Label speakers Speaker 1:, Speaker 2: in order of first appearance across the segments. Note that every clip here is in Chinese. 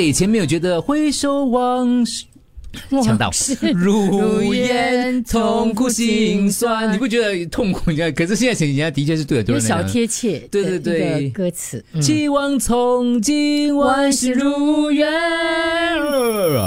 Speaker 1: 以前没有觉得回首往事，强到如烟，痛苦心酸，你不觉得痛苦？你知道可是现在想起来的确是对很多
Speaker 2: 有
Speaker 1: 人来
Speaker 2: 小
Speaker 1: 讲
Speaker 2: 贴切的
Speaker 1: 对对
Speaker 2: 一个
Speaker 1: 对嗯
Speaker 2: 歌词，嗯
Speaker 1: 期望从今万事如愿。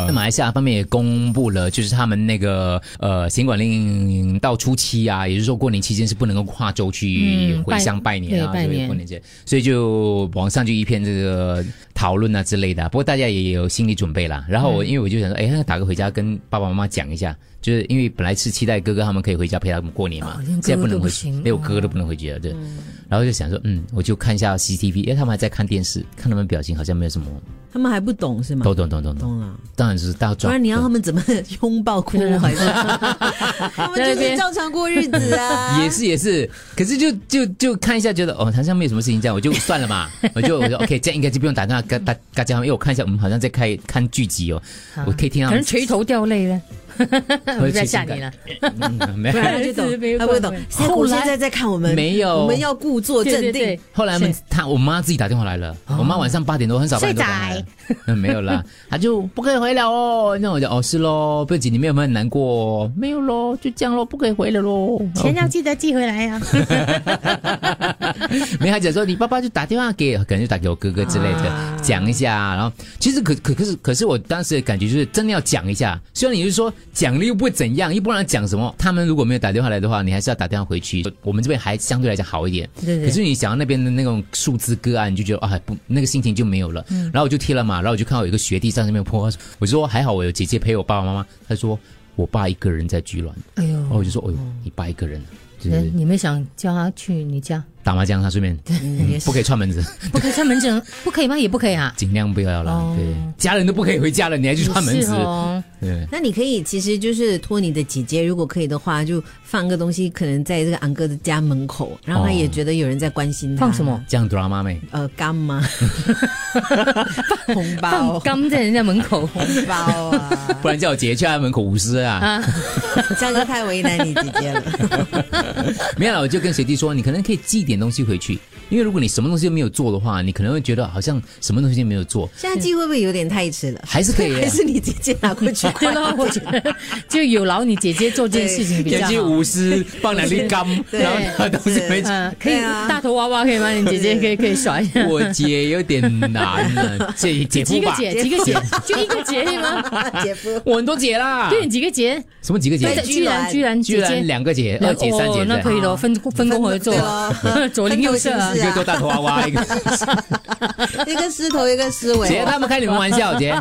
Speaker 1: 那马来西亚方面也公布了，就是他们那个呃，行管令到初期啊，也就是说过年期间是不能够跨州去
Speaker 2: 嗯
Speaker 1: 回乡拜年啊，
Speaker 2: 拜对拜
Speaker 1: 所以
Speaker 2: 年
Speaker 1: 过年节，所以就网上就一片这个讨论啊之类的啊。不过大家也有心理准备啦。然后我
Speaker 2: 嗯
Speaker 1: 因为我就想说，哎，那打个回家跟爸爸妈妈讲一下，就是因为本来是期待哥哥他们可以回家陪他们过年嘛
Speaker 2: 哦，连
Speaker 1: 现在
Speaker 2: 哥
Speaker 1: 不
Speaker 2: 哥
Speaker 1: 能
Speaker 2: 都
Speaker 1: 回
Speaker 2: 不
Speaker 1: 去，
Speaker 2: 行
Speaker 1: 没有
Speaker 2: 哦
Speaker 1: 哥都不能回去了，对。然后就想说，嗯，我就看一下 CCTV，因为他哎们还在看电视，看他们表情好像没有什么，
Speaker 2: 嗯
Speaker 3: 他们还不懂是吗？
Speaker 1: 懂懂懂懂懂，
Speaker 3: 懂了，
Speaker 1: 当然是大
Speaker 3: 不
Speaker 1: 转。
Speaker 3: 然你让他们怎么 拥抱哭还 是？他们就是照常过日子 啊。
Speaker 1: 也是也是，可是就就就看一下，觉得哦，好像没有什么事情，这样我就算了 嘛，我就我说 OK，这样应该就不用打电话跟大大家，因为我看一下我们好像在看看剧集哦，我可以听到
Speaker 2: 啊可能垂头掉泪了，
Speaker 1: 会
Speaker 2: 我在
Speaker 1: 垂
Speaker 2: 吓
Speaker 1: 青感
Speaker 2: 你了。
Speaker 1: 嗯没有
Speaker 3: 不。然就懂，他不会懂。
Speaker 1: 后来
Speaker 3: 现在在看我们，
Speaker 1: 没有
Speaker 3: 我们要故
Speaker 1: 哦
Speaker 3: 作
Speaker 2: 对
Speaker 3: 镇
Speaker 2: 对
Speaker 3: 定
Speaker 2: 对。，
Speaker 1: 后来他们
Speaker 2: 是哦
Speaker 1: 他我妈自己打电话来了，我妈晚上八点多很少八点多打来了，嗯没有啦，她就不可以回了哦。那我就哦是喽，不紧，你们有没有很难过哦？没有喽，就这样喽，不可以回了喽。
Speaker 2: 钱要记得寄回来呀、啊。
Speaker 1: 没他讲说你爸爸就打电话给，可能就打给我哥哥之类的，讲一下。然后其实可可可是可是我当时的感觉就是真的要讲一下，虽然你是说讲了又不会怎样，又不然讲什么。他们如果没有打电话来的话，你还是要打电话回去。我们这边还相对来讲好一点，
Speaker 2: 对对
Speaker 1: 可是你想到那边的那种数字个案，你就觉得啊不那个心情就没有了。然后我就贴了嘛，然后我就看到有一个学弟上那边泼，我就说还好我有姐姐陪我爸爸妈妈，他说我爸一个人在居銮，
Speaker 2: 哎
Speaker 1: 然后
Speaker 2: 呦，
Speaker 1: 我就说哎呦你爸一个人啊，就
Speaker 2: 人
Speaker 1: 是
Speaker 2: 你们想叫他去你家，
Speaker 1: 打麻将他顺便嗯不可以串门子。
Speaker 2: 不可以串门诊，不可以吗？也不可以啊。
Speaker 1: 尽量不要啦。
Speaker 2: 哦
Speaker 1: 对，家人都不可以回家了，你还去串门
Speaker 2: 也
Speaker 1: 子
Speaker 2: 是？哦，
Speaker 1: 对，
Speaker 3: 那你可以，其实就是托你的姐姐，如果可以的话，就放个东西，可能在这个昂哥的家门口，让他也觉得有人在关心他。
Speaker 2: 放什么？？
Speaker 1: 这样 drama 妹，
Speaker 3: 呃，干吗？ 红
Speaker 2: 放
Speaker 3: 包，啊
Speaker 2: 缸在人家门 口
Speaker 3: 红包啊！
Speaker 1: 不然叫我姐姐去他门口舞狮啊。
Speaker 2: 啊，
Speaker 3: 这样就太为难你姐姐了。
Speaker 1: 没有啦，我就跟学弟说，你可能可以寄点东西回去，因为如果你什么东西都没有做的话，你可能会觉得好像什么东西都没有做，
Speaker 3: 现在寄会不会有点太迟了？
Speaker 1: 还是可以啊 的
Speaker 3: 还是你姐姐拿过去
Speaker 2: 对咯，我觉得就有劳你姐姐做这件事情比较
Speaker 1: 要去
Speaker 2: 好。
Speaker 1: 舞狮，放两粒柑，
Speaker 3: 对
Speaker 1: 然后拿东西回去。
Speaker 2: 嗯、可以
Speaker 3: 对啊
Speaker 2: 大头娃娃可以吗？你姐姐可以可以耍一下。
Speaker 1: 我 姐有点难了，姐姐
Speaker 2: 几
Speaker 1: 夫
Speaker 2: 个
Speaker 1: 吧，
Speaker 2: 姐？几个姐？就一个姐可以吗？
Speaker 3: 姐夫，
Speaker 1: 我很多姐啦，
Speaker 2: 对，几个姐？
Speaker 1: 什么几个
Speaker 3: 对
Speaker 1: 姐？
Speaker 2: 居然居然
Speaker 1: 啊居
Speaker 2: 姐
Speaker 1: 然
Speaker 2: 姐
Speaker 1: 两个姐，二姐、三姐
Speaker 2: 哦，那
Speaker 1: 在
Speaker 2: 可以咯，分分工合作
Speaker 3: 对，咯
Speaker 2: 左邻右舍啊
Speaker 1: 一
Speaker 3: 分头行事
Speaker 1: 个
Speaker 3: 啊
Speaker 1: 做大头娃娃，一 个
Speaker 3: 一个狮头，一个狮尾。
Speaker 1: 姐，他们开你们玩笑，姐。